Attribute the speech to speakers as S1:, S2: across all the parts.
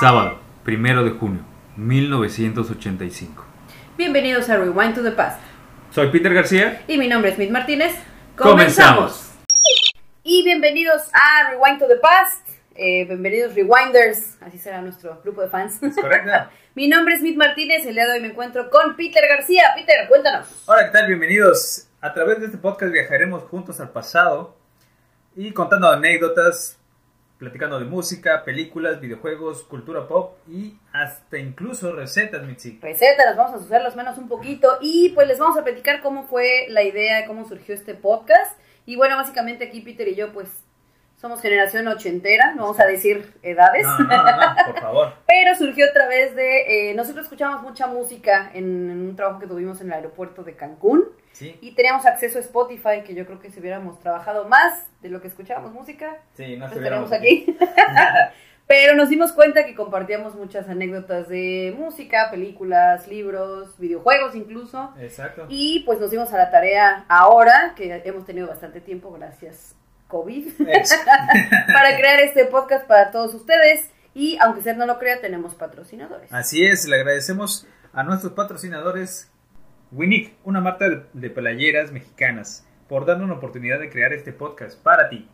S1: Sábado, primero de junio, 1985.
S2: Bienvenidos a Rewind to the Past.
S1: Soy Peter García.
S2: Y mi nombre es Smith Martínez.
S1: Comenzamos.
S2: Y bienvenidos a Rewind to the Past. Eh, bienvenidos Rewinders. Así será nuestro grupo de fans.
S3: Correcto.
S2: mi nombre es Smith Martínez. El día de hoy me encuentro con Peter García. Peter, cuéntanos.
S3: Hola, ¿qué tal? Bienvenidos. A través de este podcast viajaremos juntos al pasado y contando anécdotas, platicando de música, películas, videojuegos, cultura pop y hasta incluso recetas, Mitzi.
S2: Recetas, las vamos a usar las manos un poquito. Y pues les vamos a platicar cómo fue la idea, cómo surgió este podcast. Y bueno, básicamente aquí Peter y yo, pues. Somos generación ochentera, no vamos a decir edades.
S3: No, no, no, no, por favor.
S2: Pero surgió a través de. eh, nosotros escuchábamos mucha música en, en un trabajo que tuvimos en el aeropuerto de Cancún
S3: Sí,
S2: y teníamos acceso a Spotify, que yo creo que si hubiéramos trabajado más de lo que escuchábamos música,
S3: Ah, sí, no
S2: no
S3: estuviéramos
S2: estaríamos aquí. Pero nos dimos cuenta que compartíamos muchas anécdotas de música, películas, libros, videojuegos incluso.
S3: Exacto.
S2: Y pues nos dimos a la tarea ahora, que hemos tenido bastante tiempo, gracias COVID,
S3: Ex-
S2: para crear este podcast para todos ustedes. Y aunque usted no lo crea, tenemos patrocinadores.
S3: Así es, le agradecemos a nuestros patrocinadores Winic, una marca de- de playeras mexicanas, por darnos una oportunidad de crear este podcast para ti.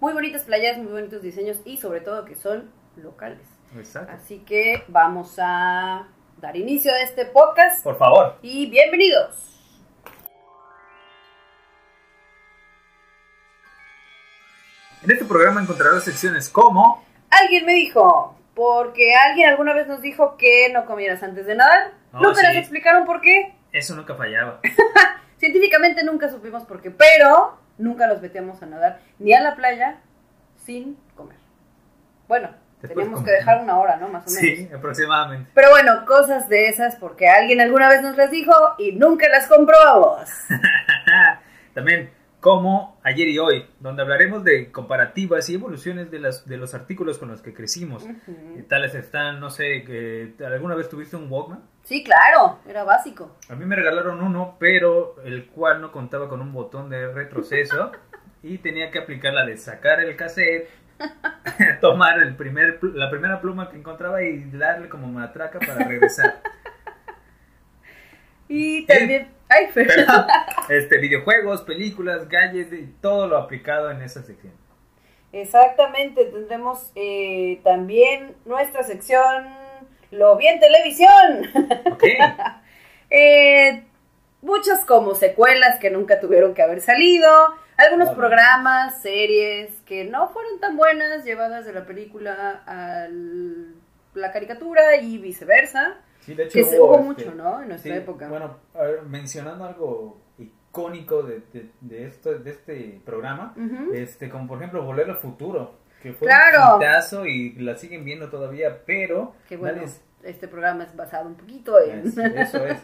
S2: Muy bonitas playas, muy bonitos diseños y sobre todo que son locales.
S3: Exacto.
S2: Así que vamos a dar inicio a este podcast
S3: Por favor.
S2: y bienvenidos.
S3: En este programa encontrarás secciones como
S2: Alguien me dijo, porque alguien alguna vez nos dijo que no comieras antes de nadar.
S3: Oh,
S2: Nunca
S3: sí.
S2: nos explicaron por qué.
S3: Eso nunca fallaba.
S2: Científicamente nunca supimos por qué, pero nunca nos metíamos a nadar ni a la playa sin comer. Bueno,
S3: Después
S2: teníamos
S3: de
S2: que
S3: comer.
S2: dejar una hora, ¿no? Más o menos.
S3: Sí, aproximadamente.
S2: Pero bueno, cosas de esas porque alguien alguna vez nos las dijo y nunca las comprobamos.
S3: También como ayer y hoy, donde hablaremos de comparativas y evoluciones de, las, de los artículos con los que crecimos.
S2: Ujú.
S3: Tales están, no sé, que- ¿alguna vez tuviste un Walkman?
S2: sí, claro, era básico.
S3: A mí me regalaron uno, pero el cual no contaba con un botón de retroceso y tenía que aplicar la de sacar el cassette, tomar el primer, pl- la primera pluma que encontraba y darle como matraca para regresar.
S2: Y también... Ay, pero...
S3: Pero, este, videojuegos, películas, gadgets y todo lo aplicado en esa sección.
S2: Exactamente, tendremos eh, también nuestra sección Lo vi en televisión.
S3: Ok,
S2: Eh, muchas como secuelas que nunca tuvieron que haber salido, algunos
S3: Claro.
S2: programas, series que no fueron tan buenas llevadas de la película a la caricatura y viceversa.
S3: sí, de hecho
S2: Que se hubo
S3: este,
S2: mucho, ¿no? En nuestra
S3: sí,
S2: época.
S3: Bueno, a ver, mencionando algo icónico de, de, de esto, de este programa,
S2: Ujú.
S3: este, como por ejemplo Volver al Futuro, que fue
S2: Claro.
S3: un hitazo y la siguen viendo todavía, pero
S2: que bueno,
S3: nadie s-
S2: este programa es basado un poquito en...
S3: es- eso es.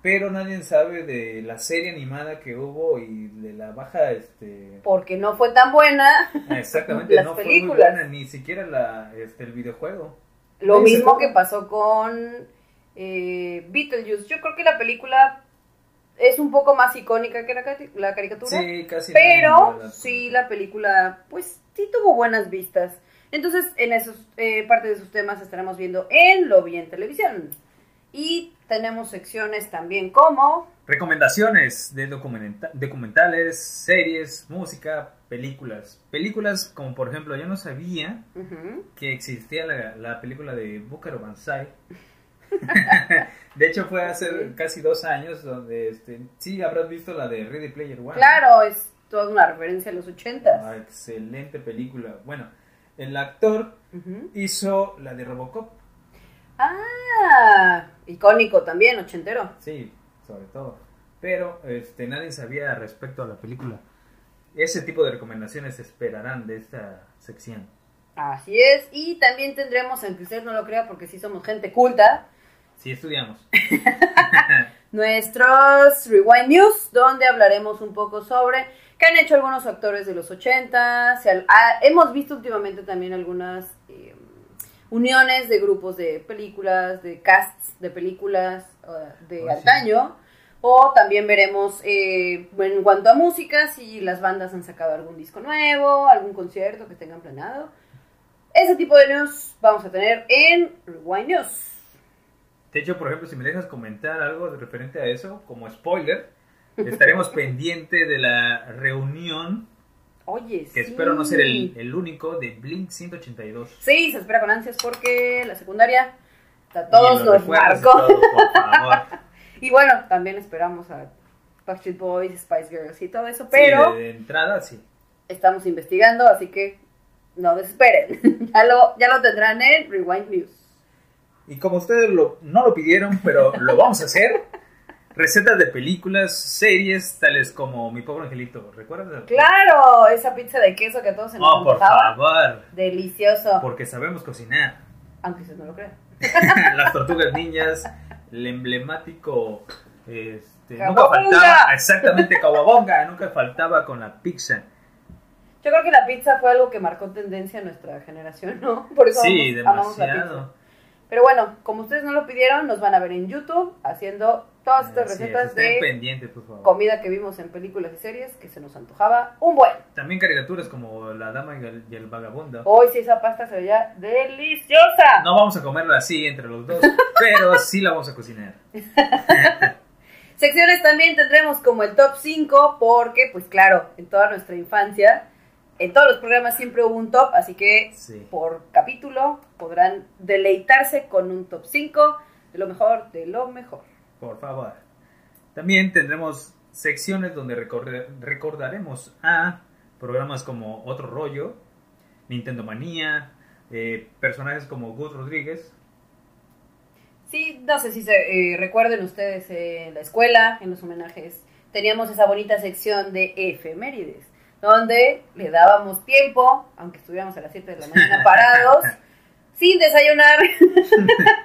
S3: Pero nadie sabe de la serie animada que hubo y de la baja este,
S2: Porque no fue tan buena.
S3: Ah, Exactamente,
S2: Las
S3: no fue
S2: películas.
S3: muy buena, ni siquiera la, este, el videojuego.
S2: Lo
S3: Ahí se
S2: mismo
S3: fue.
S2: que pasó con eh, Beetlejuice. Yo creo que la película es un poco más icónica que la, cari- la caricatura.
S3: Sí, casi.
S2: pero
S3: nadie la-
S2: sí, la película, pues sí tuvo buenas vistas. Entonces, en esos eh, parte de sus temas estaremos viendo en Lo Vi en Televisión. Y tenemos secciones también como.
S3: Recomendaciones de documenta- documentales, series, música, películas. Películas como, por ejemplo, yo no sabía
S2: Ujú.
S3: que existía la, la película de Búcaro Banzai. de hecho, fue hace casi dos años donde, este, sí, habrás visto la de Ready Player One.
S2: Claro, es toda una referencia a los ochentas.
S3: Ah, excelente película. Bueno, el actor
S2: Ujú.
S3: hizo la de Robocop.
S2: Ah, icónico también, ochentero.
S3: Sí, sobre todo. Pero este, nadie sabía respecto a la película. Ese tipo de recomendaciones se esperarán de esta sección.
S2: Así es, y también tendremos, aunque usted no lo crea porque sí somos gente culta,
S3: Si estudiamos.
S2: nuestros Rewind News, donde hablaremos un poco sobre qué han hecho algunos actores de los 80, se al- ah, hemos visto últimamente también algunas eh, uniones de grupos de películas, de casts de películas eh, de
S3: Ah, sí.
S2: antaño, o también veremos eh, en cuanto a música, si las bandas han sacado algún disco nuevo, algún concierto que tengan planeado. Ese tipo de news vamos a tener en Rewind News.
S3: De hecho, por ejemplo, si me dejas comentar algo de referente a eso, como spoiler, estaremos pendiente de la reunión,
S2: Oye,
S3: que
S2: sí.
S3: espero no ser el, el único, de Blink 182.
S2: Sí, se espera con ansias porque la secundaria a
S3: Y
S2: todos
S3: lo
S2: nos
S3: recuerdas y
S2: marcó.
S3: todo, por favor.
S2: Y bueno, también esperamos a Backstreet Boys, Spice Girls y todo eso,
S3: Sí,
S2: pero
S3: de, de entrada, sí.
S2: estamos investigando, así que no desesperen. ya, lo, ya lo tendrán en Rewind News.
S3: Y como ustedes lo- no lo pidieron, pero lo vamos a hacer, recetas de películas, series, tales como Mi Pobre Angelito, ¿recuerdas?
S2: ¡Claro! Esa pizza de queso que a todos se nos
S3: Oh, por
S2: antojaba.
S3: favor,
S2: Delicioso,
S3: porque sabemos cocinar.
S2: aunque ustedes no lo crean.
S3: las tortugas niñas, el emblemático. Este, nunca
S2: Cowabunga.
S3: faltaba. Exactamente, Kawabonga, nunca faltaba con la pizza.
S2: Yo creo que la pizza fue algo que marcó tendencia en nuestra generación, ¿no? Por eso
S3: Sí,
S2: amamos, amamos Pues la pizza.
S3: demasiado.
S2: Pero bueno, como ustedes no lo pidieron, nos van a ver en YouTube haciendo todas estas
S3: Así es,
S2: recetas
S3: Eh, estén
S2: de
S3: pendientes, por favor.
S2: comida que vimos en películas y series que se nos antojaba un buen.
S3: También caricaturas como La Dama y el, y el Vagabundo.
S2: Hoy sí esa pasta se veía deliciosa.
S3: No vamos a comerla así entre los dos, pero sí la vamos a cocinar.
S2: Secciones también tendremos como el top 5 porque, pues claro, en toda nuestra infancia, en todos los programas siempre hubo un top, así que
S3: Sí.
S2: por capítulo podrán deleitarse con un top 5 de lo mejor, de lo mejor.
S3: Por favor. También tendremos secciones donde recorre- recordaremos a programas como Otro Rollo, Nintendo Manía, eh, personajes como Gus Rodríguez.
S2: Sí, no sé si se eh, recuerden ustedes eh, en la escuela, en los homenajes, teníamos esa bonita sección de efemérides, donde le dábamos tiempo, aunque estuviéramos a las 7 de la mañana parados, sin desayunar,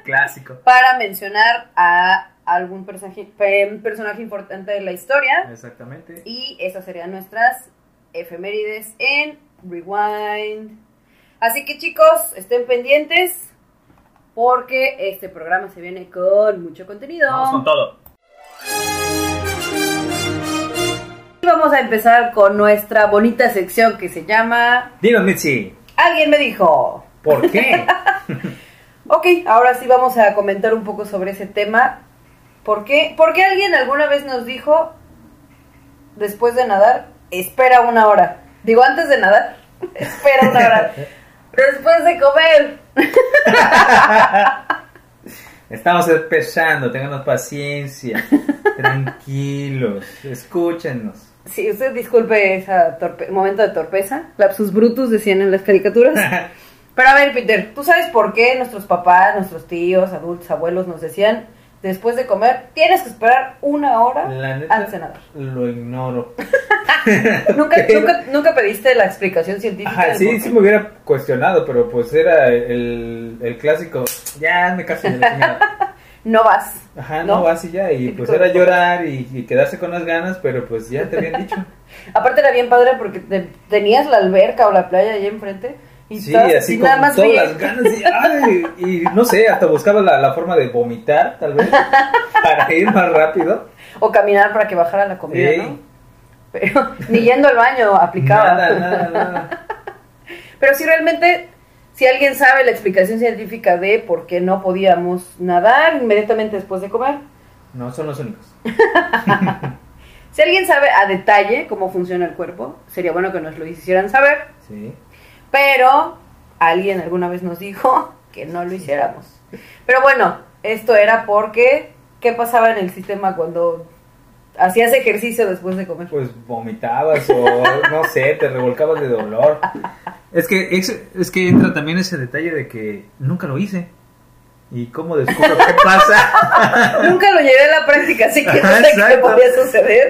S3: Clásico.
S2: para mencionar a algún personaje, pe- personaje importante de la historia.
S3: Exactamente.
S2: Y esas serían nuestras efemérides en Rewind. Así que chicos, estén pendientes porque este programa se viene con mucho contenido.
S3: Vamos con todo.
S2: Y vamos a empezar con nuestra bonita sección que se llama
S3: Dinos, Mitzi,
S2: Alguien me dijo.
S3: ¿por qué?
S2: Ok, ahora sí vamos a comentar un poco sobre ese tema. ¿Por qué? Porque alguien alguna vez nos dijo, después de nadar, espera una hora. Digo, antes de nadar, espera una hora. Después de comer.
S3: Estamos empezando, tenganos paciencia. Tranquilos, escúchenos.
S2: Sí, usted disculpe ese momento de torpeza. Lapsus brutus decían en las caricaturas. Pero a ver, Peter, ¿tú sabes por qué nuestros papás, nuestros tíos, adultos, abuelos nos decían, después de comer, tienes que esperar una hora
S3: La neta,
S2: antes de nadar?
S3: lo ignoro.
S2: ¿Nunca,
S3: Pero-
S2: nunca, nunca pediste la explicación científica?
S3: Ajá,
S2: del
S3: sí,
S2: por qué?
S3: sí me hubiera cuestionado, pero pues era el, el clásico, ya me caso de la señora.
S2: No vas.
S3: Ajá, no,
S2: ¿No?
S3: vas y ya, y pues
S2: Típico.
S3: era llorar y, y quedarse con las ganas, pero pues ya te habían dicho.
S2: Aparte era bien padre porque te- tenías la alberca o la playa ahí enfrente y
S3: Sí,
S2: estabas
S3: así con todas
S2: veías-
S3: las ganas y, ay, y no sé, hasta buscaba la, la forma de vomitar, tal vez, para ir más rápido.
S2: O caminar para que bajara la comida,
S3: Ey.
S2: ¿no? Pero ni yendo al baño aplicaba.
S3: Nada, nada, nada.
S2: Pero si realmente, si alguien sabe la explicación científica de por qué no podíamos nadar inmediatamente después de comer,
S3: No, son los únicos.
S2: si alguien sabe a detalle cómo funciona el cuerpo, sería bueno que nos lo hicieran saber,
S3: Sí.
S2: pero alguien alguna vez nos dijo que no lo hiciéramos. Pero bueno, esto era porque, ¿qué pasaba en el sistema cuando hacías ejercicio después de comer?
S3: pues vomitabas o no sé, te revolcabas de dolor. Es que es, es que entra también ese detalle de que nunca lo hice. ¿Y cómo descubro qué pasa?
S2: Nunca lo llevé a la práctica, así que no sé qué
S3: Exacto.
S2: podía suceder.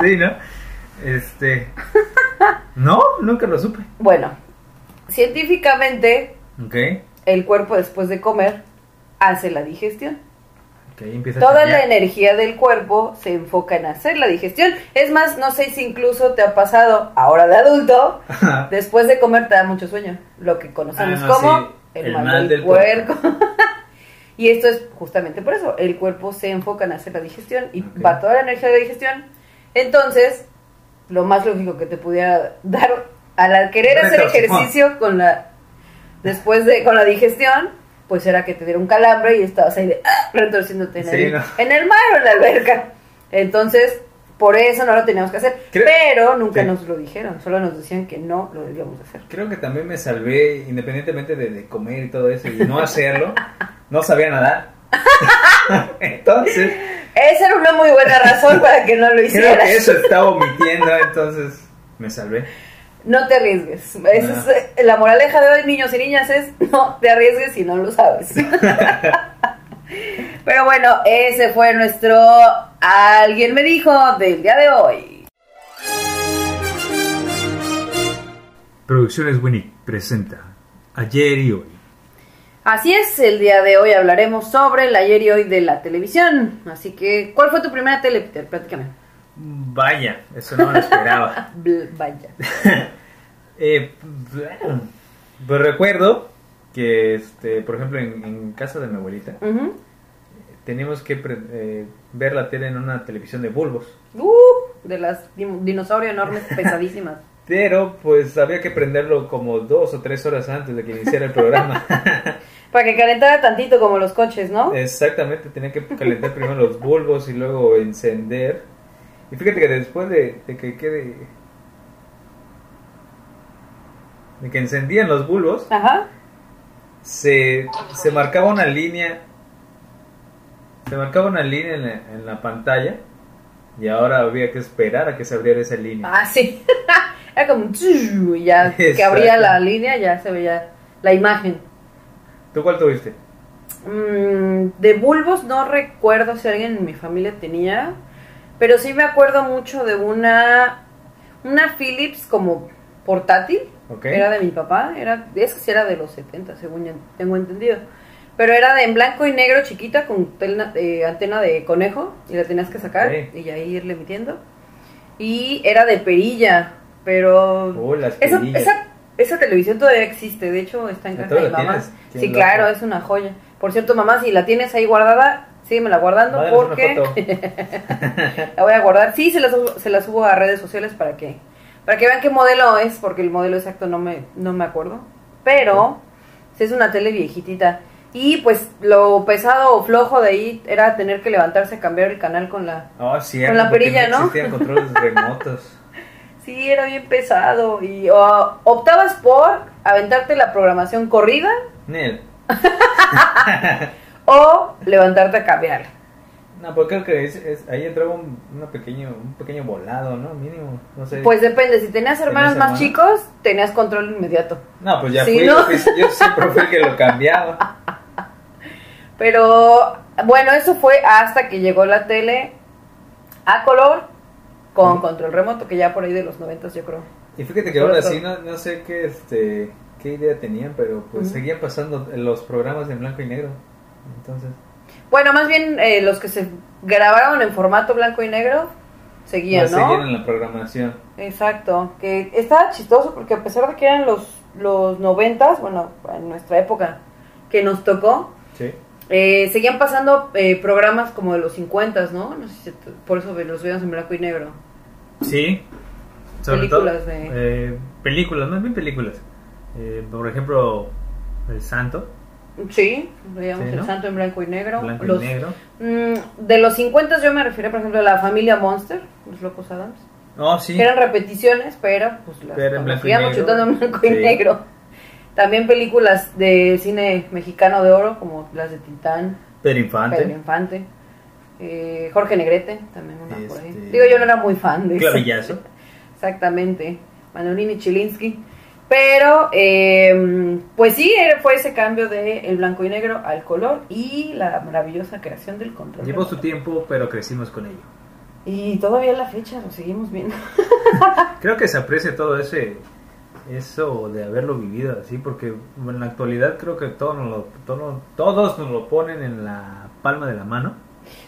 S3: sí, ¿no? Este No, nunca lo supe.
S2: Bueno, científicamente
S3: Ok.
S2: el cuerpo después de comer hace la digestión.
S3: Ok, empieza a
S2: Toda la
S3: cambiar.
S2: energía del cuerpo se enfoca en hacer la digestión. Es más, no sé si incluso te ha pasado ahora de adulto, después de comer te da mucho sueño, lo que conocemos
S3: Ah, no,
S2: como
S3: sí,
S2: el, mal, del puerco. y esto es justamente por eso, el cuerpo se enfoca en hacer la digestión y
S3: Ok.
S2: va toda la energía de la digestión. Entonces, lo más lógico que te pudiera dar al adquirir hacer
S3: Retroceder.
S2: ejercicio con la después de con la digestión, pues era que te diera un calambre y estabas ahí de ah, retorciéndote en,
S3: Sí,
S2: el,
S3: no.
S2: en el mar o en la alberca. Entonces, por eso no lo teníamos que hacer,
S3: Creo-
S2: pero nunca
S3: Sí.
S2: nos lo dijeron, solo nos decían que no lo debíamos hacer.
S3: Creo que también me salvé, independientemente de, de comer y todo eso, y no hacerlo, no sabía nadar. entonces,
S2: Esa era una muy buena razón para que no lo
S3: creo
S2: hicieras.
S3: que eso estaba omitiendo, entonces me salvé.
S2: No te arriesgues. Esa
S3: No.
S2: es, eh, la moraleja de hoy, niños y niñas, es no te arriesgues si no lo sabes. Pero bueno, ese fue nuestro Alguien me dijo del día de hoy.
S1: Producciones Winnie presenta Ayer y Hoy.
S2: Así es, el día de hoy hablaremos sobre el ayer y hoy de la televisión. Así que, ¿cuál fue tu primera tele, Peter? Platícame.
S3: Vaya, eso no me lo esperaba.
S2: Bl- vaya.
S3: Eh, pues recuerdo que, este, por ejemplo, en, en casa de mi abuelita,
S2: Ujú.
S3: teníamos que pre- eh, ver la tele en una televisión de bulbos.
S2: Uh, de las dim- dinosaurio enormes pesadísimas.
S3: Pero pues había que prenderlo como dos o tres horas antes de que iniciara el programa.
S2: Para que calentara tantito como los coches, ¿no?
S3: Eh. Exactamente, tenía que calentar primero los bulbos y luego encender. Y fíjate que después de, de que quede... De que encendían los bulbos,
S2: Ajá.
S3: se, se marcaba una línea. Se marcaba una línea en la, en la pantalla. Y ahora había que esperar a que se abriera esa línea.
S2: Ah, sí. Era como un tsu, y ya que abría
S3: Exacto.
S2: la línea, ya se veía la imagen.
S3: ¿Tú cuál tuviste?
S2: Mm, de bulbos no recuerdo si alguien en mi familia tenía, pero sí me acuerdo mucho de una una Philips como portátil.
S3: ¿Ok?
S2: Era de mi papá, era es que sí era de los 70, según yo tengo entendido. Pero era de en blanco y negro chiquita con telna- eh, antena de conejo y la tenías que sacar
S3: Ok.
S2: y ahí irle metiendo. Y era de perilla, pero
S3: Oh, las
S2: esa,
S3: perillas.
S2: esa, esa televisión todavía existe, de hecho está en
S3: ¿Ah,
S2: casa de
S3: todavía
S2: mi
S3: la
S2: mamá.
S3: tienes? Qué
S2: Sí,
S3: loco.
S2: claro, es una joya. Por cierto, mamá, si la tienes ahí guardada, síguemela guardando
S3: Mándanos una
S2: porque la voy a guardar. Sí, se la, subo, se la subo a redes sociales para que para que vean qué modelo es, porque el modelo exacto no me, no me acuerdo. Pero sí es una tele viejitita. Y pues lo pesado o flojo de ahí era tener que levantarse a cambiar el canal con la...
S3: Oh, cierto,
S2: Con la
S3: porque
S2: perilla, ¿no?
S3: Existían controles remotos.
S2: Sí, era bien pesado. Y ah, optabas por aventarte la programación corrida
S3: Nel,
S2: o levantarte a cambiarla.
S3: No, porque creo que es- es- ahí entraba un, una pequeño, un pequeño volado, ¿no? Mínimo, no sé.
S2: Pues depende, si tenías hermanos
S3: ¿Tenías hermanos?
S2: más chicos, tenías control inmediato.
S3: no, pues ya
S2: si
S3: fui,
S2: no-
S3: pues, yo siempre fui el que lo cambiaba.
S2: Pero bueno, eso fue hasta que llegó la tele a color con control remoto, que ya por ahí de los noventas yo creo.
S3: Y fíjate que ahora sí, no, no sé qué, este, qué idea tenían, pero pues
S2: Ujú.
S3: seguían pasando los programas en blanco y negro. Entonces,
S2: Bueno, más bien eh, los que se grabaron en formato blanco y negro seguían,
S3: no
S2: ¿no?
S3: seguían en la programación.
S2: Exacto, que estaba chistoso porque a pesar de que eran los los noventas, bueno, en nuestra época que nos tocó,
S3: Sí.
S2: eh, seguían pasando eh, programas como de los 50, ¿no? no sé si te- por eso los veíamos en blanco y negro.
S3: Sí.
S2: Películas
S3: de... eh, películas, más bien películas. Eh, por ejemplo, El Santo,
S2: Sí, veíamos
S3: Sí,
S2: el
S3: ¿no?
S2: santo en blanco y negro.
S3: blanco
S2: los,
S3: y negro.
S2: Mm, de los 50 yo me refiero, por ejemplo, a la familia Monster, los Locos Adams.
S3: Oh, sí.
S2: Que eran repeticiones, pero pues las
S3: Pero en blanco y
S2: conocíamos
S3: negro.
S2: chutando en blanco y
S3: Sí.
S2: negro. También películas de cine mexicano de oro, como las de Titán,
S3: Pedro Infante.
S2: Pedro Infante, eh, Jorge Negrete, también una por ahí.
S3: Este-
S2: Digo, yo no era muy fan de eso.
S3: Clavillazo.
S2: Exactamente, Manolini Chilinsky. Pero, eh, pues sí, era- fue ese cambio de el blanco y negro al color y la maravillosa creación del control.
S3: Llevó su tiempo, pero crecimos con ello.
S2: Y todavía la fecha lo seguimos viendo.
S3: Creo que se aprecia todo ese eso de haberlo vivido así, porque en la actualidad creo que todos nos lo, todo- todos nos lo ponen en la palma de la mano.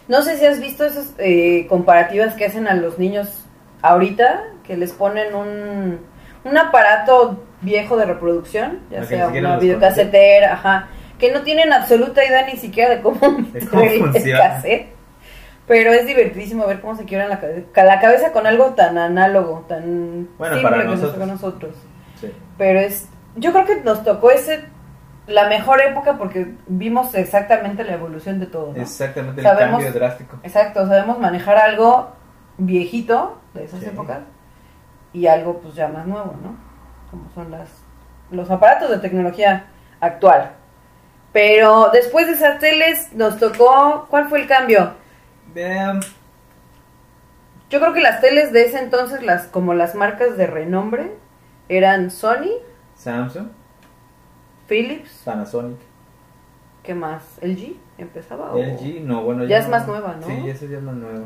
S2: No sé si has visto esas eh, comparativas que hacen a los niños ahorita, que les ponen un, un aparato viejo de reproducción, ya
S3: Ah, que
S2: sea
S3: ni siquiera
S2: una
S3: los
S2: videocasetera, ajá, que no tienen absoluta idea ni siquiera de cómo,
S3: De cómo
S2: meter el
S3: funciona.
S2: cassette. Pero es divertidísimo ver cómo se quiebran la cabeza, la cabeza con algo tan análogo, tan
S3: Bueno,
S2: simple
S3: para
S2: que nos
S3: nosotros.
S2: toca a nosotros.
S3: Sí.
S2: Pero es, yo creo que nos tocó ese la mejor época porque vimos exactamente la evolución de todo. ¿no?
S3: Exactamente, el
S2: Sabemos-
S3: cambio drástico.
S2: Exacto, sabemos manejar algo viejito de esas
S3: Sí.
S2: épocas y algo pues ya más nuevo, ¿no? Como son las los aparatos de tecnología actual. Pero después de esas teles nos tocó, ¿cuál fue el cambio?
S3: Vean,
S2: Yo creo que las teles de ese entonces, las como las marcas de renombre, eran Sony,
S3: Samsung,
S2: Philips,
S3: Panasonic,
S2: ¿qué más? ¿LG? ¿Empezaba? o-
S3: LG, no, bueno.
S2: Oh. Ya es
S3: no-
S2: más nueva, ¿no?
S3: Sí, ya es ya es más nueva.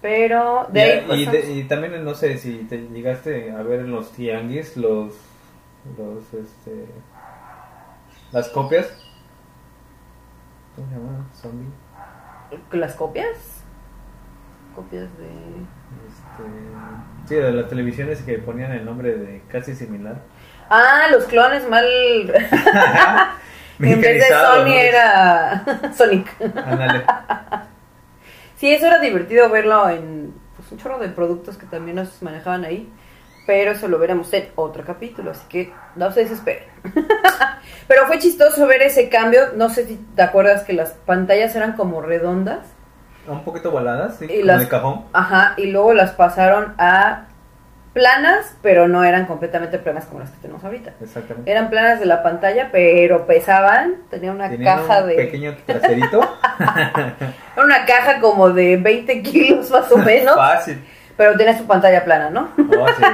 S2: Pero de
S3: Y-
S2: ahí
S3: y,
S2: pasamos-
S3: de- y también, no sé, si te llegaste a ver en los tianguis los, los, este, las copias. ¿Cómo se llama? Zombie.
S2: ¿Las copias? Copias de...
S3: Este, sí, de las televisiones que ponían el nombre de casi similar.
S2: Ah, los clones mal... en vez de
S3: Mecanizado,
S2: Sony
S3: ¿no?
S2: era Sonic.
S3: Ándale.
S2: Sí, eso era divertido verlo en pues, un chorro de productos que también nos manejaban ahí. Pero eso lo veremos en otro capítulo, así que no se desesperen. pero fue chistoso ver ese cambio. No sé si te acuerdas que las pantallas eran como redondas.
S3: Un poquito ovaladas, sí,
S2: Y
S3: como
S2: las-
S3: de cajón.
S2: Ajá, y luego las pasaron a planas, pero no eran completamente planas como las que tenemos ahorita.
S3: Exactamente.
S2: Eran planas de la pantalla, pero pesaban. Tenía una
S3: Tenían
S2: caja
S3: un
S2: de.
S3: pequeño traserito.
S2: Era una caja como de 20 kilos más o menos,
S3: Fácil.
S2: pero tenía su pantalla plana, ¿no?
S3: Oh, sí.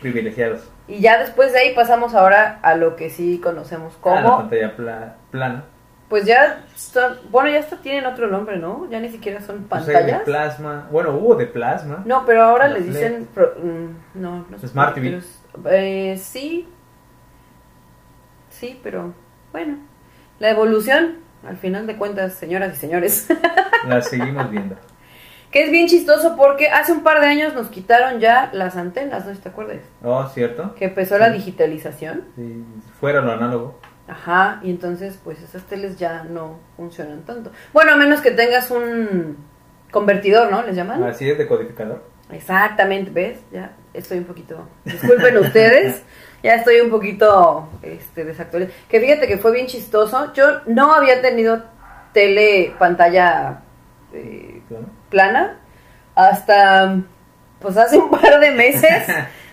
S3: Privilegiados.
S2: Y ya después de ahí pasamos ahora a lo que sí conocemos
S3: Ah, la
S2: como.
S3: pantalla pla- plana.
S2: Pues ya. son- bueno, ya hasta tienen otro nombre, ¿no? Ya ni siquiera son
S3: Pues hay
S2: pantallas.
S3: de plasma. Bueno, hubo de plasma.
S2: No, pero ahora
S3: La
S2: les
S3: LED.
S2: dicen. pro- mm, no, no sé
S3: Smart
S2: cómo,
S3: TV.
S2: pero es- eh, sí. Sí, pero bueno. La evolución, al final de cuentas, señoras y señores.
S3: La seguimos viendo.
S2: que es bien chistoso porque hace un par de años nos quitaron ya las antenas, ¿no? ¿Te acuerdas?
S3: Oh, ¿cierto?
S2: Que empezó la
S3: Sí.
S2: digitalización.
S3: Sí, fuera lo análogo.
S2: Ajá, y entonces, pues esas teles ya no funcionan tanto. Bueno, a menos que tengas un convertidor, ¿no? ¿Les llaman?
S3: Así es, decodificador.
S2: Exactamente, ¿ves? Ya estoy un poquito. Disculpen ustedes, ya estoy un poquito este, desactualizado. Que fíjate que fue bien chistoso. Yo no había tenido tele pantalla eh,
S3: Plano.
S2: plana hasta pues hace un par de meses,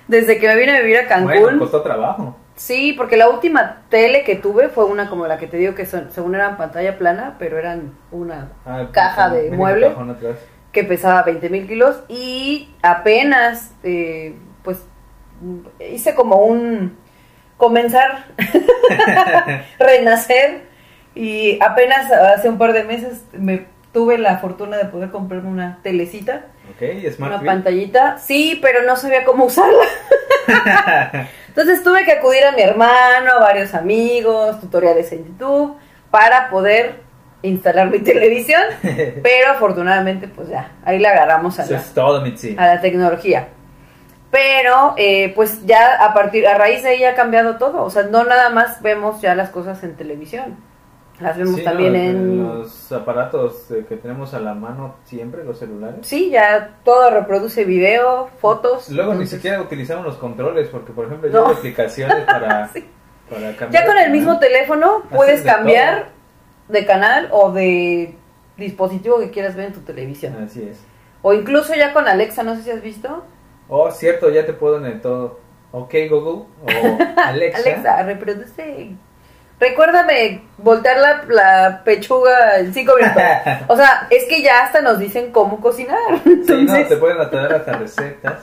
S2: desde que me vine a vivir a Cancún.
S3: Bueno, pues, costó trabajo.
S2: Sí, porque la última tele que tuve fue una como la que te digo que son- según eran pantalla plana, pero eran una
S3: Ah, el
S2: Caja de
S3: mini
S2: mueble.
S3: cajón atrás.
S2: que pesaba 20 mil kilos y apenas, eh, pues, hice como un comenzar, renacer y apenas hace un par de meses me tuve la fortuna de poder comprarme una telecita,
S3: Ok, Smart
S2: una
S3: TV.
S2: pantallita, sí, pero no sabía cómo usarla. Entonces tuve que acudir a mi hermano, a varios amigos, tutoriales en YouTube, para poder instalar mi televisión. Pero afortunadamente, pues ya, ahí le agarramos a
S3: Eso
S2: la,
S3: es todo, Mitzi.
S2: a la tecnología. Pero, eh, pues ya a partir, a raíz de ahí ha cambiado todo. O sea, no nada más vemos ya las cosas en televisión. Las vemos
S3: Sí,
S2: también
S3: los,
S2: en...
S3: los aparatos eh, que tenemos a la mano siempre, los celulares.
S2: Sí, ya todo reproduce video, fotos.
S3: Luego
S2: entonces-
S3: ni siquiera utilizamos los controles, porque por ejemplo
S2: No.
S3: hay aplicaciones para,
S2: Sí.
S3: para cambiar.
S2: Ya con el mismo teléfono puedes
S3: Haces de
S2: cambiar de canal o de dispositivo que quieras ver en tu televisión.
S3: Así es.
S2: O incluso ya con Alexa, no sé si has visto.
S3: Oh, cierto, ya te puedo en el todo. Ok, Google o Alexa.
S2: Alexa, reproduce. Recuérdame voltear la, la pechuga en cinco minutos. O sea, es que ya hasta nos dicen cómo cocinar.
S3: Sí, no,
S2: Entonces,
S3: te pueden atar hasta recetas.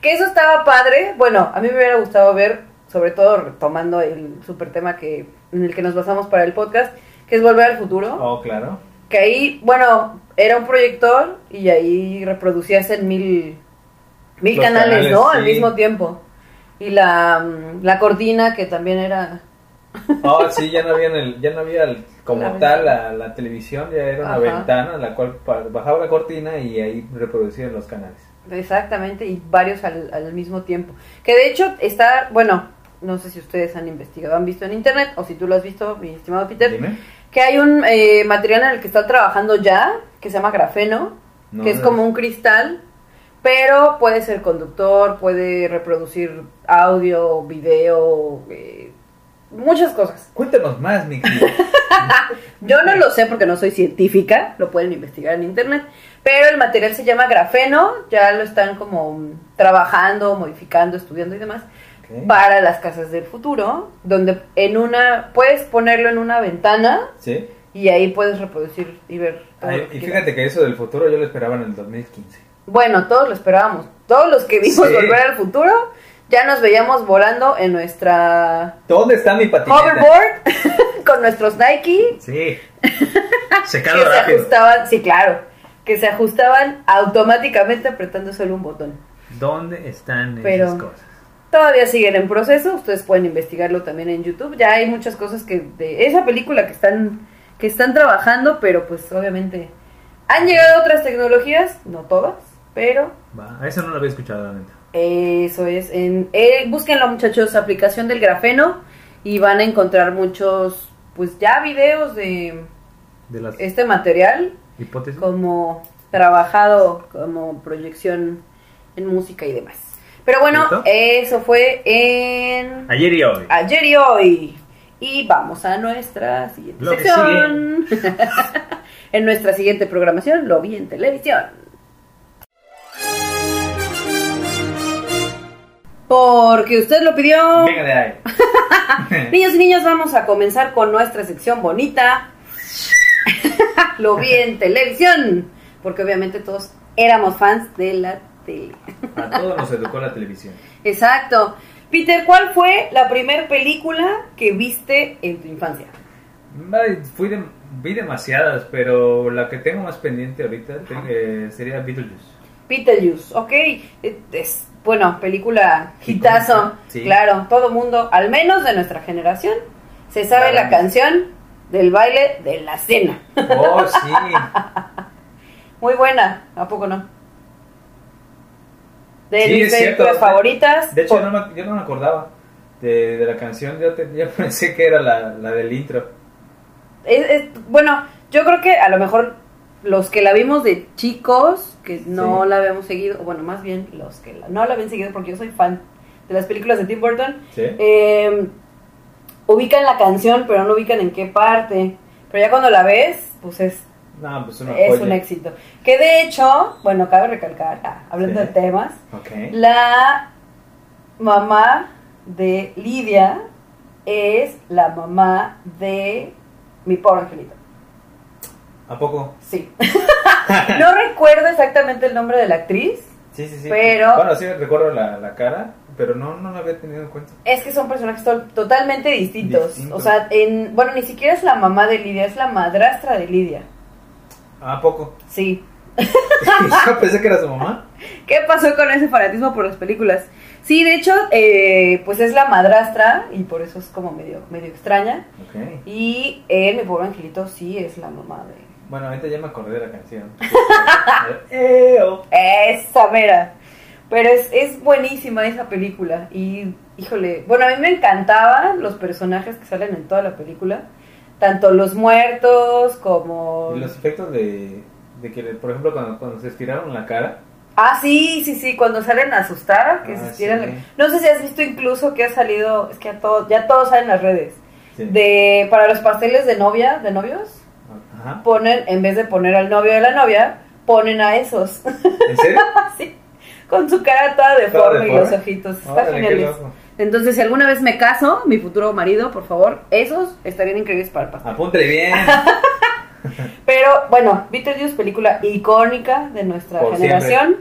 S2: que eso estaba padre. Bueno, a mí me hubiera gustado ver, sobre todo retomando el super tema que, en el que nos basamos para el podcast, que es Volver al Futuro.
S3: Oh, claro.
S2: Que ahí, bueno, era un proyector y ahí reproducías en mil, mil
S3: Los
S2: canales,
S3: canales,
S2: ¿no?
S3: sí.
S2: Al mismo tiempo. Y la, mm, la cortina, que también era
S3: Oh, sí, ya no había, en el, ya no había el- como
S2: La
S3: tal la, la televisión, ya era una
S2: Ajá.
S3: ventana en la cual pa- bajaba la cortina y ahí reproducían los canales.
S2: Exactamente, y varios al, al mismo tiempo. Que de hecho está, bueno, no sé si ustedes han investigado, han visto en internet, o si tú lo has visto, mi estimado Peter,
S3: Dime.
S2: que hay un eh, material en el que está trabajando ya, que se llama grafeno,
S3: No,
S2: que es
S3: no
S2: como un cristal Pero puede ser conductor, puede reproducir audio, video, eh, muchas cosas.
S3: Cuéntanos más, Miki.
S2: Yo no lo sé porque no soy científica, lo pueden investigar en internet, pero el material se llama grafeno, ya lo están como mm, trabajando, modificando, estudiando y demás
S3: Ok.
S2: para las casas del futuro, donde en una puedes ponerlo en una ventana
S3: Sí.
S2: y ahí puedes reproducir y ver. todo
S3: Ay,
S2: lo que
S3: y
S2: quieras.
S3: fíjate que eso del futuro yo lo esperaba en el 2015.
S2: Bueno, todos lo esperábamos, todos los que vimos
S3: Sí.
S2: volver al futuro, ya nos veíamos volando en nuestra
S3: ¿Dónde está mi patineta?
S2: hoverboard con nuestros Nike
S1: Sí.
S2: que
S1: Secado
S2: se
S1: rápido.
S2: ajustaban, sí, claro, que se ajustaban automáticamente apretando solo un botón.
S1: ¿Dónde están
S2: Pero-
S1: esas cosas?
S2: Todavía siguen en proceso, ustedes pueden investigarlo también en YouTube. Ya hay muchas cosas que de esa película que están que están trabajando, pero pues obviamente han llegado otras tecnologías, no todas, pero
S1: Va, a eso no lo había escuchado, la neta.
S2: eso es en eh, búsquenlo muchachos, aplicación del grafeno y van a encontrar muchos pues ya videos de
S1: De las
S2: este material
S1: hipótesis.
S2: como trabajado como proyección en música y demás. Pero bueno,
S1: ¿Listo?
S2: eso fue en
S1: Ayer y hoy.
S2: ayer y hoy. Y vamos a nuestra siguiente
S1: Lo que
S2: sección. en nuestra siguiente programación, lo vi en televisión. Porque usted lo pidió.
S3: Venga de ahí.
S2: Niños y niños, vamos a comenzar con nuestra sección bonita. Lo vi en televisión, porque obviamente todos éramos fans de la tele.
S3: A todos nos educó la televisión.
S2: Exacto. Peter, ¿cuál fue la primer película que viste en tu infancia?
S3: Ay, Fui de- vi demasiadas, pero la que tengo más pendiente ahorita te- eh, sería Beetlejuice.
S2: Beetlejuice, ok. eh, Es, bueno, película hitazo.
S3: Icónica, sí.
S2: Claro, todo mundo, al menos de nuestra generación, se sabe la
S3: Claro.
S2: canción del baile de la cena.
S3: Oh, sí.
S2: Muy buena, ¿a poco no? De
S3: Sí,
S2: mis
S3: es cierto.
S2: películas favoritas. Oh,
S3: De hecho,
S2: por-
S3: yo no me, yo no me acordaba de, de la canción. Yo, te- yo pensé que era la, la del intro.
S2: es- es- bueno, yo creo que a lo mejor los que la vimos de chicos, que no
S3: Sí.
S2: la habíamos seguido, o bueno, más bien los que la- no la habían seguido, porque yo soy fan de las películas de Tim Burton,
S3: ¿Sí?
S2: eh, ubican la canción, pero no ubican en qué parte. Pero ya cuando la ves, pues es
S3: No, pues una
S2: es
S3: joya.
S2: un éxito. Que de hecho, bueno, cabe recalcar, ah, hablando
S3: Sí.
S2: de temas,
S3: Ok.
S2: la mamá de Lidia es la mamá de mi pobre angelito.
S3: ¿A poco?
S2: Sí. no recuerdo exactamente el nombre de la actriz.
S3: Sí, sí, sí.
S2: Pero-
S3: Bueno, sí recuerdo la, la cara, pero no, no la había tenido en cuenta.
S2: Es que son personajes to- totalmente distintos.
S3: Distintos.
S2: O sea, en, bueno, ni siquiera es la mamá de Lidia, es la madrastra de Lidia.
S3: ¿A poco?
S2: Sí.
S3: yo pensé que era su mamá.
S2: ¿Qué pasó con ese fanatismo por las películas? Sí, de hecho, eh, pues es la madrastra y por eso es como medio, medio extraña.
S3: Ok.
S2: Y él, mi pobre angelito, sí es la mamá de,
S3: Bueno, ahorita ya me acordé de la canción. Eh, oh.
S2: Esa mera. Pero es, es buenísima esa película. Y, híjole, bueno, a mí me encantaban los personajes que salen en toda la película. Tanto los muertos como...
S3: Y los efectos de, de que, por ejemplo, cuando, cuando se estiraron la cara.
S2: Ah, sí, sí, sí, cuando salen asustadas, que
S3: Ah,
S2: se estiran la-
S3: sí.
S2: No sé si has visto incluso que ha salido, es que a todos, ya todos salen en las redes.
S3: sí.
S2: De, para los pasteles de novia, de novios,
S3: Ajá.
S2: ponen, en vez de poner al novio de la novia, ponen a esos.
S3: ¿En serio?
S2: Así, con su cara toda
S3: Toda
S2: deforme y
S3: deforme.
S2: los ojitos. Está
S3: Órale, qué
S2: genial eso.
S3: loco.
S2: Entonces, si alguna vez me caso, mi futuro marido, por favor, esos estarían increíbles para el pastel.
S3: Apúntale bien.
S2: Pero bueno, Beetlejuice, película icónica de nuestra
S3: Por
S2: generación,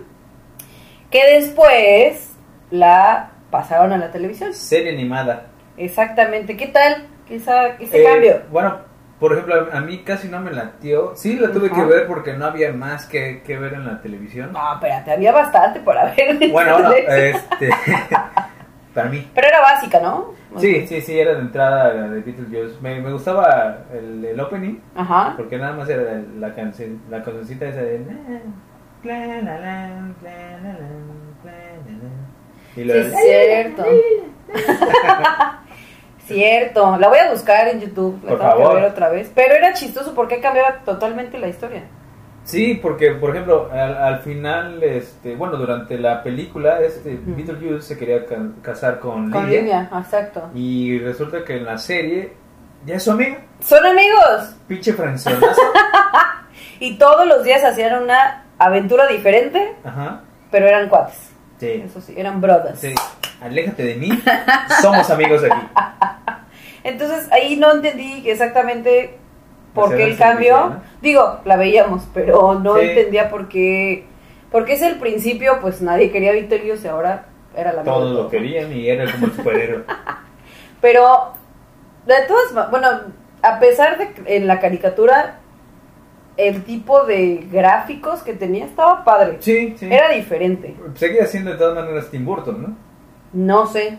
S2: que después la pasaron a la televisión.
S3: Serie animada.
S2: Exactamente, ¿qué tal esa, ese
S3: Eh,
S2: cambio?
S3: Bueno, por ejemplo, a a mí casi no me latió. Sí, la tuve
S2: Ajá. Ah,
S3: que ver porque no había más que, que ver en la televisión.
S2: No, espérate, había bastante para ver.
S3: Bueno, bueno,
S2: entonces.
S3: este. para mí.
S2: Pero era básica, ¿no?
S3: Sí, sí, sí, era de entrada de Beetlejuice. Me, me gustaba el, el opening
S2: Ajá.
S3: porque nada más era la canción, la cancioncita esa de. "La, la, la, la, la, la, la, la". Y
S2: Sí,
S3: lo de-
S2: es cierto. cierto. La voy a buscar en YouTube. La
S3: Por
S2: tengo que
S3: favor.
S2: ver otra vez. Pero era chistoso porque cambiaba totalmente la historia.
S3: Sí, porque por ejemplo, al, al final, este, bueno, durante la película, este,
S2: Ujú.
S3: Beetlejuice se quería ca- casar con,
S2: Con
S3: Lidia,
S2: Livia, exacto.
S3: y resulta que en la serie ya es su amiga,
S2: Son amigos
S3: pinche francesonazo.
S2: y todos los días hacían una aventura diferente,
S3: Ajá.
S2: pero eran cuates.
S3: Sí.
S2: Eso sí, eran brothers.
S3: Sí. Aléjate de mí. Somos amigos aquí.
S2: Entonces ahí no entendí exactamente
S3: Pues
S2: por
S3: era
S2: qué el
S3: el servicio,
S2: cambio.
S3: ¿no?
S2: Digo, la veíamos, pero no
S3: Sí.
S2: entendía por qué. Porque es el principio, pues nadie quería a Vitellius y ahora era la
S3: Todos lo querían y era como el superhéroe.
S2: Pero, de todas ma- bueno, a pesar de que en la caricatura, el tipo de gráficos que tenía estaba padre.
S3: Sí, sí.
S2: Era diferente.
S3: Seguía siendo de todas maneras Tim Burton, ¿no?
S2: No sé.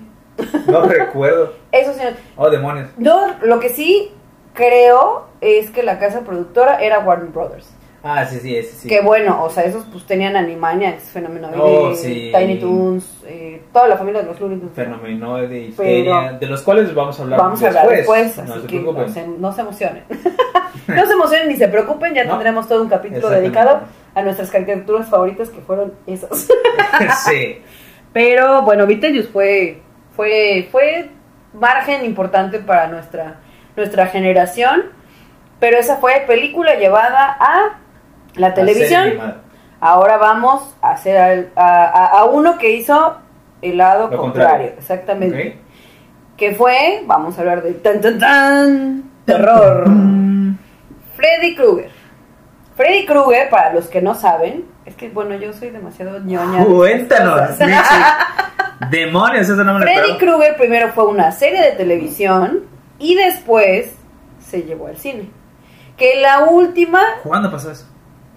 S3: No recuerdo.
S2: Eso sí. no-
S3: Oh, demonios.
S2: No, lo que sí creo es que la casa productora era Warner Brothers.
S3: Ah, sí, sí, sí. sí.
S2: Que bueno, o sea, esos pues tenían Animaniacs, Fenomenoide,
S3: Oh, sí.
S2: Tiny Toons, eh, toda la familia de los Looney Tunes.
S3: Fenomenoide, histeria, de los cuales vamos a hablar
S2: Vamos a
S3: después.
S2: hablar después,
S3: no
S2: así
S3: se
S2: que no
S3: preocupen.
S2: se, no se emocionen. no se emocionen ni se preocupen, ya
S3: No.
S2: tendremos todo un capítulo
S3: Exactamente.
S2: dedicado a nuestras caricaturas favoritas que fueron esas.
S3: sí.
S2: Pero bueno, Vitellius fue, fue, fue margen importante para nuestra, nuestra generación. Pero esa fue película llevada a la
S3: Serie
S2: televisión.
S3: animada.
S2: Ahora vamos a hacer al- a, a- a uno que hizo el lado
S3: Lo
S2: contrario.
S3: contrario.
S2: Exactamente.
S3: Ok.
S2: Que fue, vamos a hablar de tan tan tan, terror. Mm, Freddy Krueger. Freddy Krueger, para los que no saben, es que bueno, yo soy demasiado ñoña. de
S1: Cuéntanos,
S2: estas cosas.
S1: Mitzi. Demonios, eso no me lo
S2: Freddy
S1: esperaba.
S2: Krueger primero fue una serie de televisión y después se llevó al cine. Que la última,
S1: ¿Cuándo pasó eso?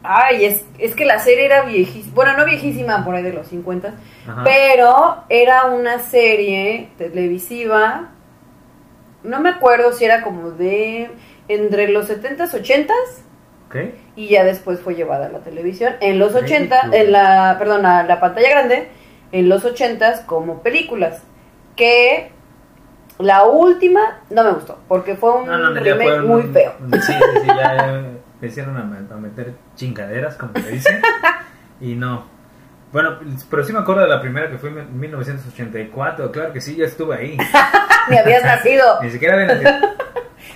S2: ay, es, es que la serie era viejísima, bueno, no viejísima, por ahí de los 50,
S1: Ajá.
S2: Pero era una serie televisiva. No me acuerdo si era como de entre los 70s, 80s
S1: Ok.
S2: y ya después fue llevada a la televisión. En los 80,
S1: Ridículo.
S2: en la, perdón, a la pantalla grande, en los 80s como películas. Que la última no me gustó porque fue un
S1: No, no, ya
S2: remake
S1: fueron-
S2: muy feo.
S1: Sí, sí, sí, ya eh, empezaron a, me- a meter chingaderas, como se dice. y no. Bueno, pero sí me acuerdo de la primera que fue en 1984. Claro que sí, yo estuve ahí.
S2: Ni habías nacido.
S1: Ni siquiera había nacido.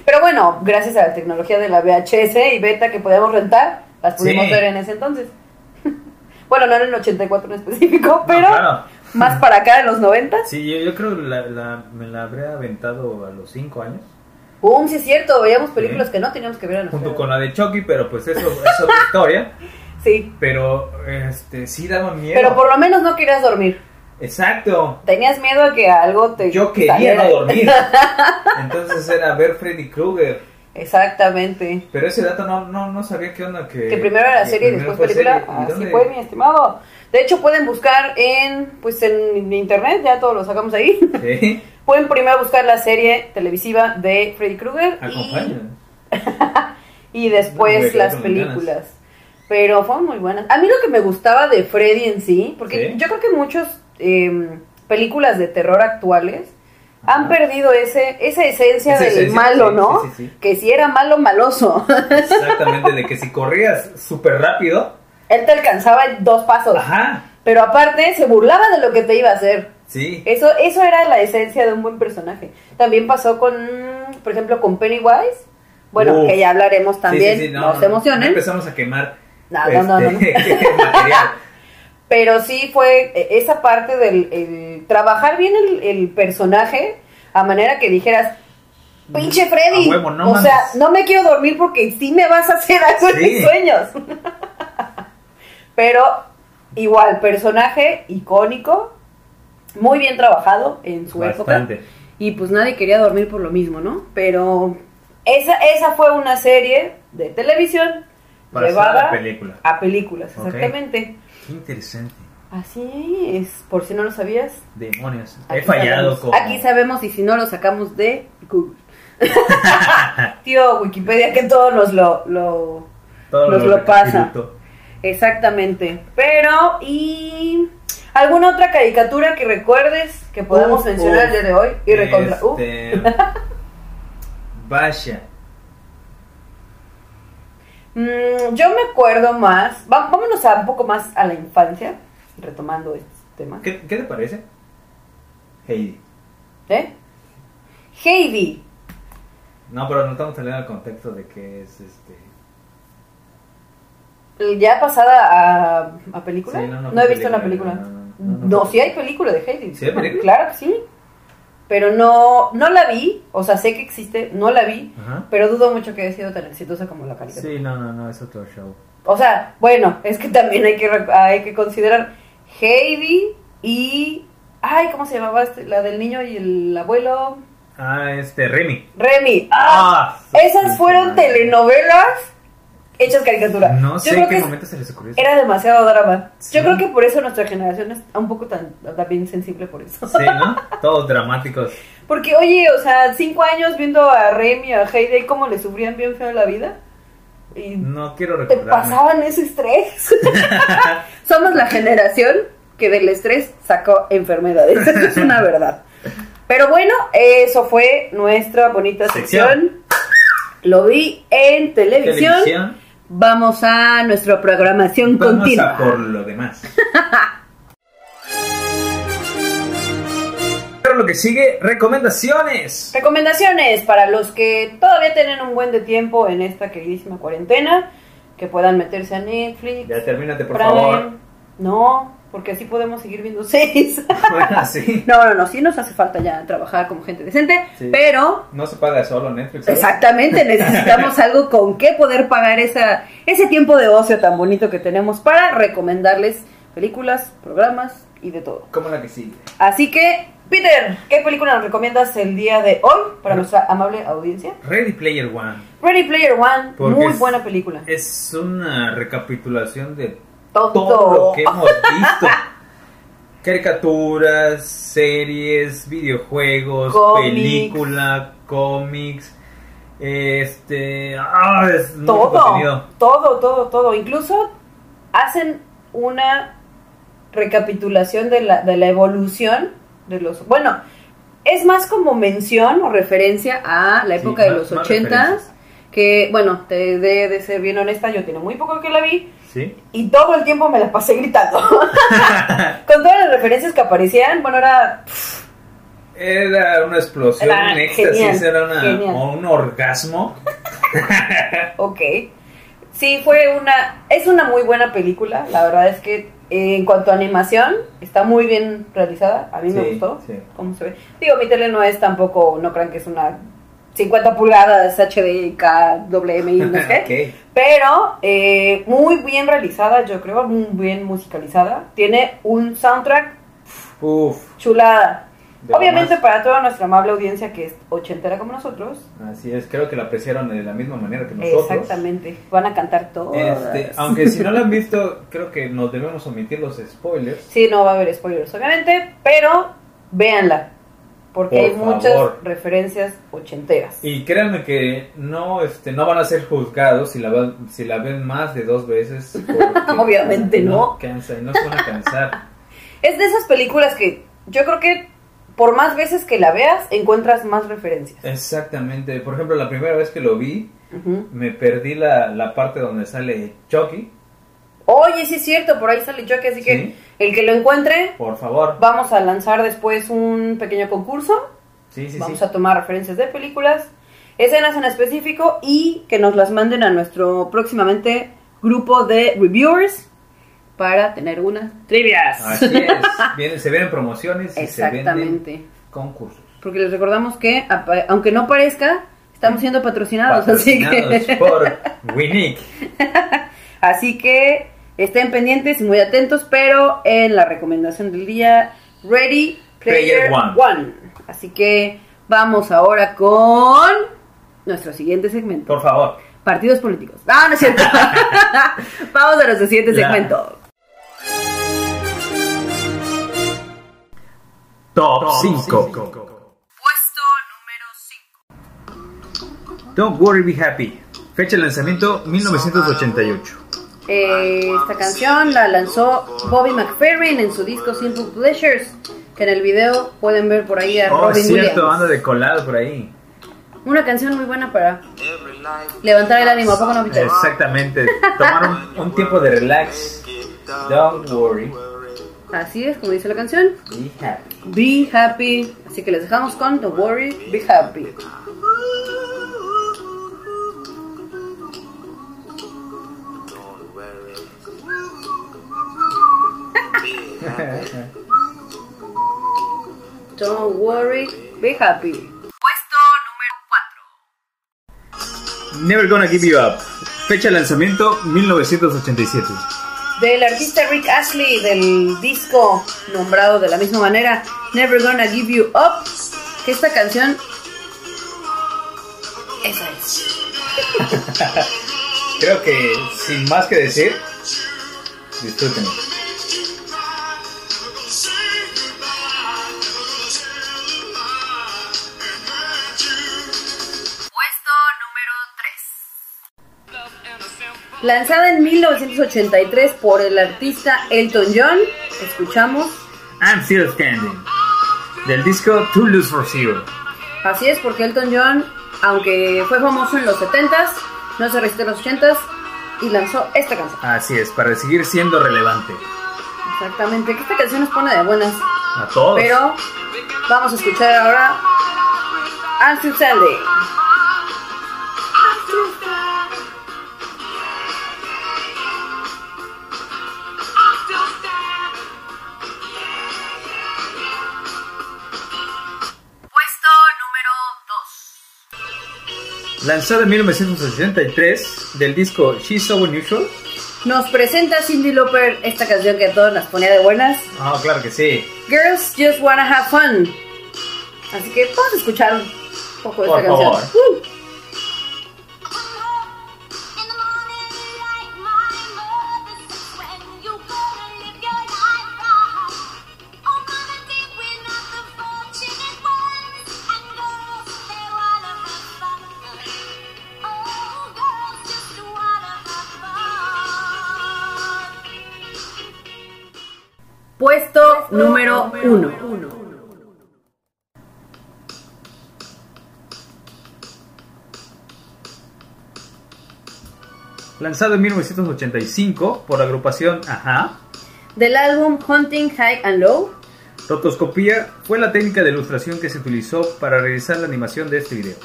S2: Pero bueno, gracias a la tecnología de la VHS y beta que podíamos rentar, las pudimos
S1: Sí.
S2: ver en ese entonces. bueno, no en el 84 en específico,
S1: No,
S2: pero
S1: claro.
S2: más para acá en los 90.
S1: Sí, yo, yo creo que la, la- me la habré aventado a los 5 años.
S2: ¡Pum! Sí es cierto, veíamos películas
S1: Sí.
S2: que no teníamos que ver en
S3: Junto con la de Chucky, pero pues eso es otra historia.
S2: Sí,
S3: Pero, este, sí daba miedo.
S2: pero por lo menos no querías dormir.
S3: Exacto.
S2: Tenías miedo a que algo te...
S3: Yo quería
S2: saliera.
S3: no dormir. Entonces era ver Freddy Krueger.
S2: Exactamente.
S3: Pero ese dato no, no, no sabía qué onda que...
S2: que primero era
S3: que
S2: serie y
S3: Eh, primero
S2: después
S3: fue
S2: película.
S3: serie. ¿Y
S2: Así
S3: dónde?
S2: fue, mi estimado. De hecho, pueden buscar en, pues, en internet, ya todos lo sacamos ahí.
S3: Sí,
S2: Pueden primero buscar la serie televisiva de Freddy Krueger
S3: Ah,
S2: y,
S3: acompaña.
S2: y
S3: No, me
S2: después
S3: quedé
S2: las
S3: con las ganas.
S2: películas. Pero fueron muy buenas. A mí lo que me gustaba de Freddy en sí, porque
S3: Sí.
S2: yo creo que muchas películas de terror actuales han
S3: Ajá.
S2: perdido ese esa esencia
S3: Esa
S2: del
S3: esencia,
S2: malo,
S3: sí,
S2: ¿no?
S3: sí, sí, sí.
S2: Que si era malo, maloso.
S3: Exactamente, de que si corrías súper rápido,
S2: Él te alcanzaba en dos pasos.
S3: ajá,
S2: Pero aparte, se burlaba de lo que te iba a hacer.
S3: sí,
S2: Eso, eso era la esencia de un buen personaje. También pasó con, mm, por ejemplo, con Pennywise. Bueno,
S3: Uf.
S2: que ya hablaremos también,
S3: Sí, sí, sí,
S2: no, se
S3: no
S2: emocionen.
S3: empezamos a quemar
S2: Ah, No, no, no,
S3: este, material.
S2: Pero sí fue eh, esa parte del el trabajar bien el, el personaje a manera que dijeras, pinche Freddy,
S3: A huevo, no
S2: o
S3: mames.
S2: sea, no me quiero dormir porque sí me vas a hacer algo en
S3: Sí.
S2: mis sueños. Pero igual, personaje icónico, muy bien trabajado en su época.
S1: Bastante.
S2: Y pues nadie quería dormir por lo mismo, ¿no? Pero esa, esa fue una serie de televisión
S1: Para
S2: llevada
S1: la película.
S2: a películas,
S1: Ok.
S2: exactamente.
S1: Qué interesante.
S2: Así es, por si no lo sabías.
S1: Demonios. He
S2: aquí
S1: fallado
S2: sabemos.
S1: con.
S2: Aquí sabemos y si no lo sacamos de Google. Tío Wikipedia que todo nos lo... lo...
S1: todo
S2: nos lo pasa.
S1: recapiruto.
S2: Exactamente. Pero, ¿y alguna otra caricatura que recuerdes que podamos
S3: Uf,
S2: mencionar el
S3: uf.
S2: día de hoy? Y recontra...
S1: este,
S2: uf.
S3: Este, Vaya.
S2: Mm, yo me acuerdo más. va- vámonos a un poco más a la infancia, retomando este tema.
S3: ¿Qué, qué te parece? Heidi.
S2: ¿Eh? Heidi.
S3: No, pero no estamos saliendo al contexto de que es este.
S2: ¿Ya pasada a, a película?
S3: Sí,
S2: no,
S3: no, no,
S2: he visto la
S3: película,
S2: película. No,
S3: no, no, no, no.
S2: sí hay película de Heidi.
S3: ¿Sí hay película?
S2: Claro que sí. Pero no, no la vi, o sea, sé que existe, no la vi,
S3: Ajá.
S2: pero dudo mucho que haya sido tan exitosa como la caricatura.
S3: Sí, no, no, no, es otro show.
S2: O sea, bueno, es que también hay que, rec- hay que considerar Heidi y... Ay, ¿cómo se llamaba? este? La del niño y el abuelo.
S3: Ah, este, Remy.
S2: Remy. ¡Ah!
S3: Ah,
S2: Esas
S3: sí,
S2: fueron
S3: sí,
S2: telenovelas hechas caricatura.
S3: No
S2: Yo
S3: sé
S2: creo
S3: en qué
S2: que
S3: momento se les ocurrió eso.
S2: era demasiado drama.
S3: Sí.
S2: Yo creo que por eso nuestra generación es un poco tan, también sensible por eso.
S3: Sí, ¿no? Todos dramáticos.
S2: Porque, oye, o sea, cinco años viendo a Remy, a Heidi, cómo le sufrían bien feo la vida. Y
S3: No quiero
S2: te
S3: recordarme.
S2: pasaban ese estrés. Somos la generación que del estrés sacó enfermedades. Eso es una verdad. Pero bueno, eso fue nuestra bonita sección.
S3: Sección.
S2: Lo vi en televisión.
S3: Televisión.
S2: Vamos a nuestra programación
S3: Vamos
S2: continua.
S3: a por lo demás. Pero lo que sigue, recomendaciones.
S2: Recomendaciones para los que todavía tienen un buen de tiempo en esta queridísima cuarentena, que puedan meterse a Netflix.
S3: Ya termínate, por
S2: Prime.
S3: favor.
S2: No, porque así podemos seguir viendo series.
S3: Bueno, sí.
S2: No, no, no, sí nos hace falta ya trabajar como gente decente,
S3: Sí.
S2: pero
S3: No se paga solo Netflix. ¿eh? ¿sabes?
S2: exactamente necesitamos algo con que poder pagar esa, ese tiempo de ocio tan bonito que tenemos para recomendarles películas, programas y de todo.
S3: ¿Cómo la que sigue?
S2: Así que, Peter, ¿qué película nos recomiendas el día de hoy para nuestra amable audiencia?
S3: Ready Player One.
S2: Ready Player One,
S3: Porque
S2: muy
S3: es-
S2: buena película.
S3: Es una recapitulación de
S2: Tonto.
S3: todo lo que hemos visto. Caricaturas, series, videojuegos,
S2: Cómics.
S3: película, cómics, este, ah, es mucho
S2: todo,
S3: contenido.
S2: todo, todo, todo. Incluso hacen una recapitulación de la, de la evolución de los... Bueno, es más como mención o referencia a la
S3: Sí,
S2: época de
S3: más-
S2: los
S3: más
S2: ochentas,
S3: referencias.
S2: que bueno, te de, de ser bien honesta, yo tiene muy poco que la vi
S3: Sí.
S2: y todo el tiempo me la pasé gritando. Con todas las referencias que aparecían, bueno, era...
S3: Era una explosión,
S2: Era
S3: un éxtasis,
S2: genial,
S3: era una-
S2: genial.
S3: o un orgasmo.
S2: Ok. Sí, fue una. Es una muy buena película. La verdad es que eh, en cuanto a animación, está muy bien realizada. A mí me
S3: Sí,
S2: gustó.
S3: sí.
S2: ¿Cómo se ve? Digo, mi tele no es tampoco. No crean que es una 50 pulgadas HD, K, WMI, no sé.
S3: Ok.
S2: Pero eh, muy bien realizada, yo creo. Muy bien musicalizada. Tiene un soundtrack
S3: Uf,
S2: chulada.
S3: de lo
S2: Obviamente,
S3: más.
S2: para toda nuestra amable audiencia que es ochentera como nosotros.
S3: Así es, creo que la apreciaron de la misma manera que nosotros.
S2: Exactamente. Van a cantar todos.
S3: Este, aunque si no la han visto, creo que nos debemos omitir los spoilers.
S2: Sí, no va a haber spoilers, obviamente, pero véanla. Porque
S3: Por
S2: hay
S3: favor.
S2: muchas referencias ochenteras.
S3: Y créanme que no, este, no van a ser juzgados si la, va- si la ven más de dos veces. porque
S2: Obviamente no.
S3: cansa y no se van a cansar.
S2: Es de esas películas que yo creo que por más veces que la veas, encuentras más referencias.
S3: Exactamente. Por ejemplo, la primera vez que lo vi,
S2: Ujú.
S3: me perdí la, la parte donde sale Chucky.
S2: Oye, sí es cierto, por ahí sale Chucky, así que
S3: Sí.
S2: el que lo encuentre,
S3: Por favor.
S2: vamos a lanzar después un pequeño concurso.
S3: Sí, sí,
S2: vamos
S3: sí.
S2: a tomar referencias de películas, escenas en específico y que nos las manden a nuestro próximamente grupo de reviewers para tener unas trivias.
S3: Así es. Vienen- se ven promociones y se venden
S2: Exactamente.
S3: concursos.
S2: Porque les recordamos que, apa- aunque no parezca, estamos siendo patrocinados,
S3: Patrocinados
S2: así que,
S3: por Winnick.
S2: así que estén pendientes y muy atentos, pero en la recomendación del día, Ready Player,
S3: Player One.
S2: One. Así que vamos ahora con nuestro siguiente segmento.
S3: Por favor.
S2: Partidos políticos. No, no es cierto. Vamos a nuestro siguiente
S3: Ya.
S2: segmento.
S3: Top 5. Don't Worry Be Happy. Fecha de lanzamiento 1988.
S2: Eh, esta canción la lanzó Bobby McFerrin en su disco Simple Pleasures, que en el video pueden ver por ahí a
S3: Oh,
S2: Robin
S3: es cierto,
S2: Williams.
S3: anda de colado por ahí.
S2: Una canción muy buena para levantar el ánimo, ¿a poco no, Peter?
S3: Exactamente. Tomar un, un tiempo de relax. Don't worry.
S2: Así es, como dice la canción.
S3: Be happy.
S2: Be happy. Así que les dejamos con Don't worry, be happy.
S1: Don't worry. Be happy.
S2: Don't worry, be happy. Puesto número 4.
S3: Never Gonna Give You Up. Fecha de lanzamiento 1987.
S2: del artista Rick Ashley del disco nombrado de la misma manera Never Gonna Give You Up que esta canción esa es
S3: Creo que sin más que decir, disfruten.
S2: lanzada en 1983 por el artista Elton John escuchamos
S3: I'm Still Standing. Del disco To Lose for Zero.
S2: así es porque Elton John aunque fue famoso en los 70s no se resistió en los 80s y lanzó esta canción
S3: Así es, para seguir siendo relevante.
S2: exactamente que esta canción nos pone de buenas
S3: A todos.
S2: pero vamos a escuchar ahora I'm Still Standing Puesto número 2.
S3: Lanzado en 1983 del disco She's So Unusual.
S2: Nos presenta Cindy Lauper esta canción que a todos nos ponía de buenas.
S3: Ah, claro que sí.
S2: Girls Just Wanna Have Fun. Así que vamos a escuchar un poco de
S3: Por
S2: esta canción.
S3: favor.
S2: Uh. Puesto número 1.
S3: Lanzado en 1985 por la agrupación Ajá.
S2: Del álbum Hunting High and Low.
S3: Rotoscopía fue la técnica de ilustración que se utilizó para realizar la animación de este video.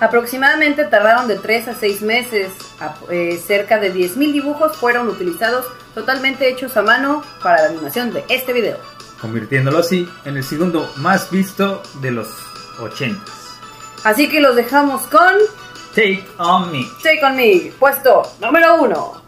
S2: Aproximadamente tardaron de 3 a 6 meses. A- eh, cerca de 10.000 dibujos fueron utilizados totalmente hechos a mano para la animación de este video.
S3: convirtiéndolo así en el segundo más visto de los 80.
S2: Así que los dejamos con
S3: Take on me.
S2: Take On Me, puesto número 1.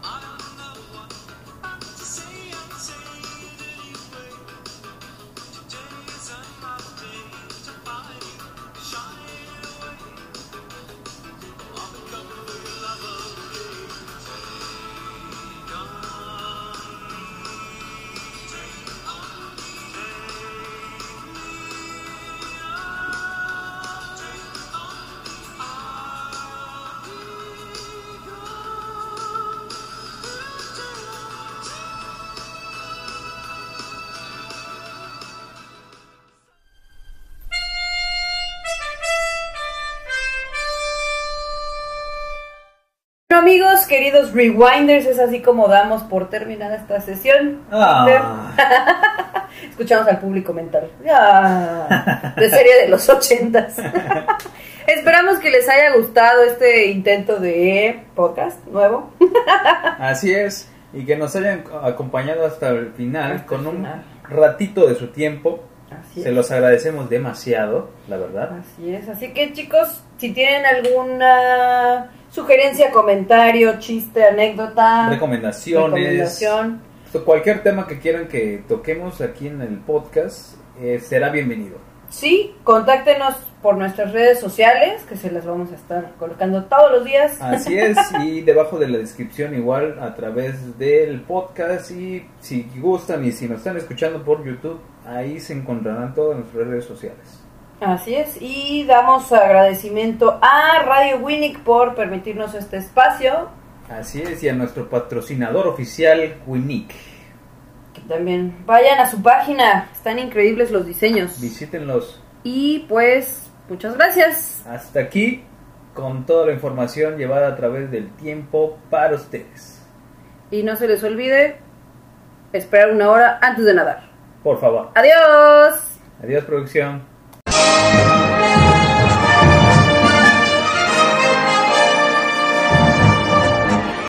S2: Bueno amigos, queridos Rewinders, es así como damos por terminada esta sesión.
S3: Ah,
S2: Escuchamos al público mental. Ah, de serie de los ochentas. Esperamos que les haya gustado este intento de podcast nuevo.
S3: así es. Y que nos hayan acompañado hasta el final
S2: Hasta
S3: con
S2: el
S3: un
S2: final.
S3: ratito de su tiempo.
S2: Así
S3: Se los agradecemos demasiado, la verdad.
S2: Así es, así que chicos, si tienen alguna sugerencia, comentario, chiste, anécdota,
S3: Recomendaciones.
S2: Ah, recomendación,
S3: Cualquier tema que quieran que toquemos aquí en el podcast eh, será bienvenido.
S2: sí, contáctenos por nuestras redes sociales, que se las vamos a estar colocando todos los días.
S3: Así es, y debajo de la descripción igual a través del podcast y si gustan y si nos están escuchando por YouTube, ahí se encontrarán todas nuestras redes sociales.
S2: Así es, y damos agradecimiento a Radio Winnick por permitirnos este espacio,
S3: Así es, y a nuestro patrocinador oficial, Winic.
S2: que también vayan a su página, están increíbles los diseños.
S3: Visítenlos.
S2: Y pues Muchas gracias.
S3: Hasta aquí con toda la información llevada a través del tiempo para ustedes.
S2: Y no se les olvide esperar una hora antes de nadar.
S3: Por favor.
S2: Adiós.
S3: Adiós producción.